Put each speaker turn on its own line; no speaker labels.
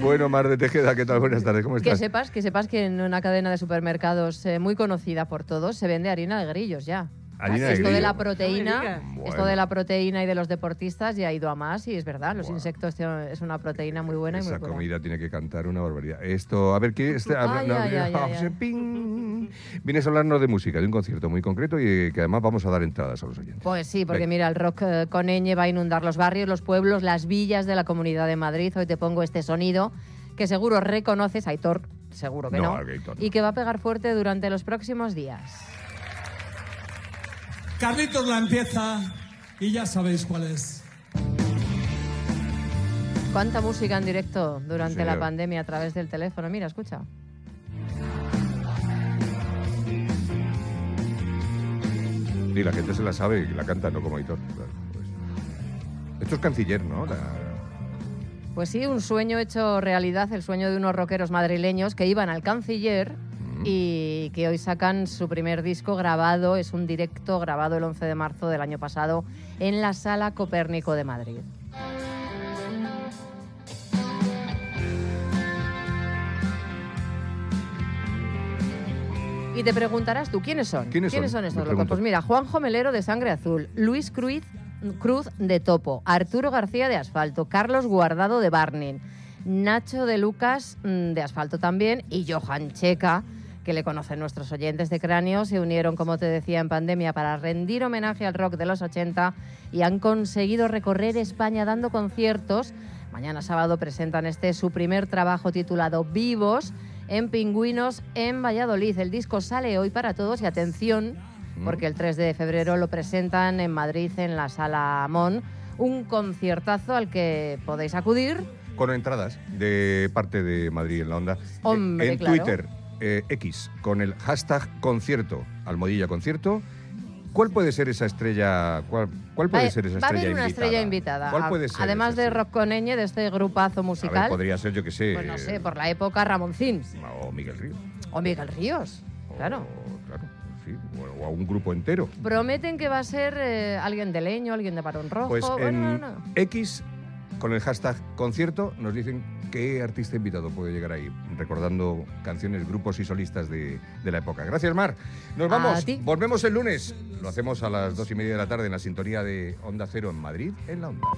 Bueno, Mar de Tejeda, ¿qué tal? Buenas tardes, ¿cómo
Que
estás?
sepas, que sepas que en una cadena de supermercados eh, muy conocida por todos se vende harina de grillos ya.
Harina de
esto de
grillo.
la
No me
proteína,
digas.
Bueno.
esto de la proteína y de los deportistas ya ha ido a más y es verdad, los
Buah.
insectos tienen- es una proteína muy buena y muy
Esa
pura.
comida tiene que cantar una barbaridad. Esto, a ver, ¿qué? Este, habla-
Ay,
no,
ay, ay, ay, ay.
ping. Vienes a hablarnos de música, de un concierto muy concreto y que además vamos a dar entradas a los oyentes.
Pues sí, porque
Venga.
mira, el rock eh, con ñ va a inundar los barrios, los pueblos, las villas de la Comunidad de Madrid. Hoy te pongo este sonido que seguro reconoces, Aitor, seguro que
No,
no,
Aitor no.
y que va a pegar fuerte durante los próximos días.
Carlitos la empieza y ya sabéis cuál es.
¿Cuánta música en directo durante la
Señor.
pandemia a través del teléfono? Mira, escucha.
Y la gente se la sabe y la canta, no como Aitor. Claro, pues. Esto es canciller, ¿no? La-
Pues sí, un sueño hecho realidad, el sueño de unos rockeros madrileños que iban al canciller
Mm.
y que hoy sacan su primer disco grabado, es un directo grabado el 11 de marzo del año pasado en la Sala Copérnico de Madrid. Y te preguntarás tú, ¿quiénes son?
¿Quiénes son? Me
estos locos?
pregunto.
Pues mira, Juan Jomelero de Sangre Azul, Luis Cruz, Cruz de Topo, Arturo García de Asfalto, Carlos Guardado de Barnin, Nacho de Lucas mm, de Asfalto también y Johan Checa, que le conocen nuestros oyentes de cráneo, se unieron, como te decía, en pandemia para rendir homenaje al rock de los 80 y han conseguido recorrer España dando conciertos. Mañana sábado presentan este su primer trabajo titulado Vivos en Pingüinos en Valladolid. El disco sale hoy para todos y atención,
Mm.
porque el 3 de febrero lo presentan en Madrid en la Sala Amón. Un conciertazo al que podéis acudir.
Con entradas de parte de Madrid en la onda.
Hombre,
en
claro.
Twitter, eh, X, con el hashtag concierto, Almohadilla Concierto. ¿Cuál puede ser esa estrella? ¿Cuál, cuál puede
Va-
ser esa
va a
estrella
haber una
invitada?
estrella invitada.
¿Cuál
A-
puede ser
Además
esa
de
estrella?
Rock con Ñ, de este grupazo
A ver,
musical.
podría ser, yo que sé.
pues no sé, por la época Ramoncín
O Miguel Río.
o Miguel Ríos, claro.
O, claro, sí, o- o a un grupo entero.
Prometen que va a ser eh, alguien de leño, alguien de varón rojo.
Pues
bueno,
en
no, no.
X, con el hashtag concierto, nos dicen qué artista invitado puede llegar ahí, recordando canciones, grupos y solistas de, de la época. Gracias, Mar. Nos
A
vamos.
ti.
Volvemos el lunes. Lo hacemos a las dos y media de la tarde en la sintonía de Onda Cero en Madrid, en la Onda.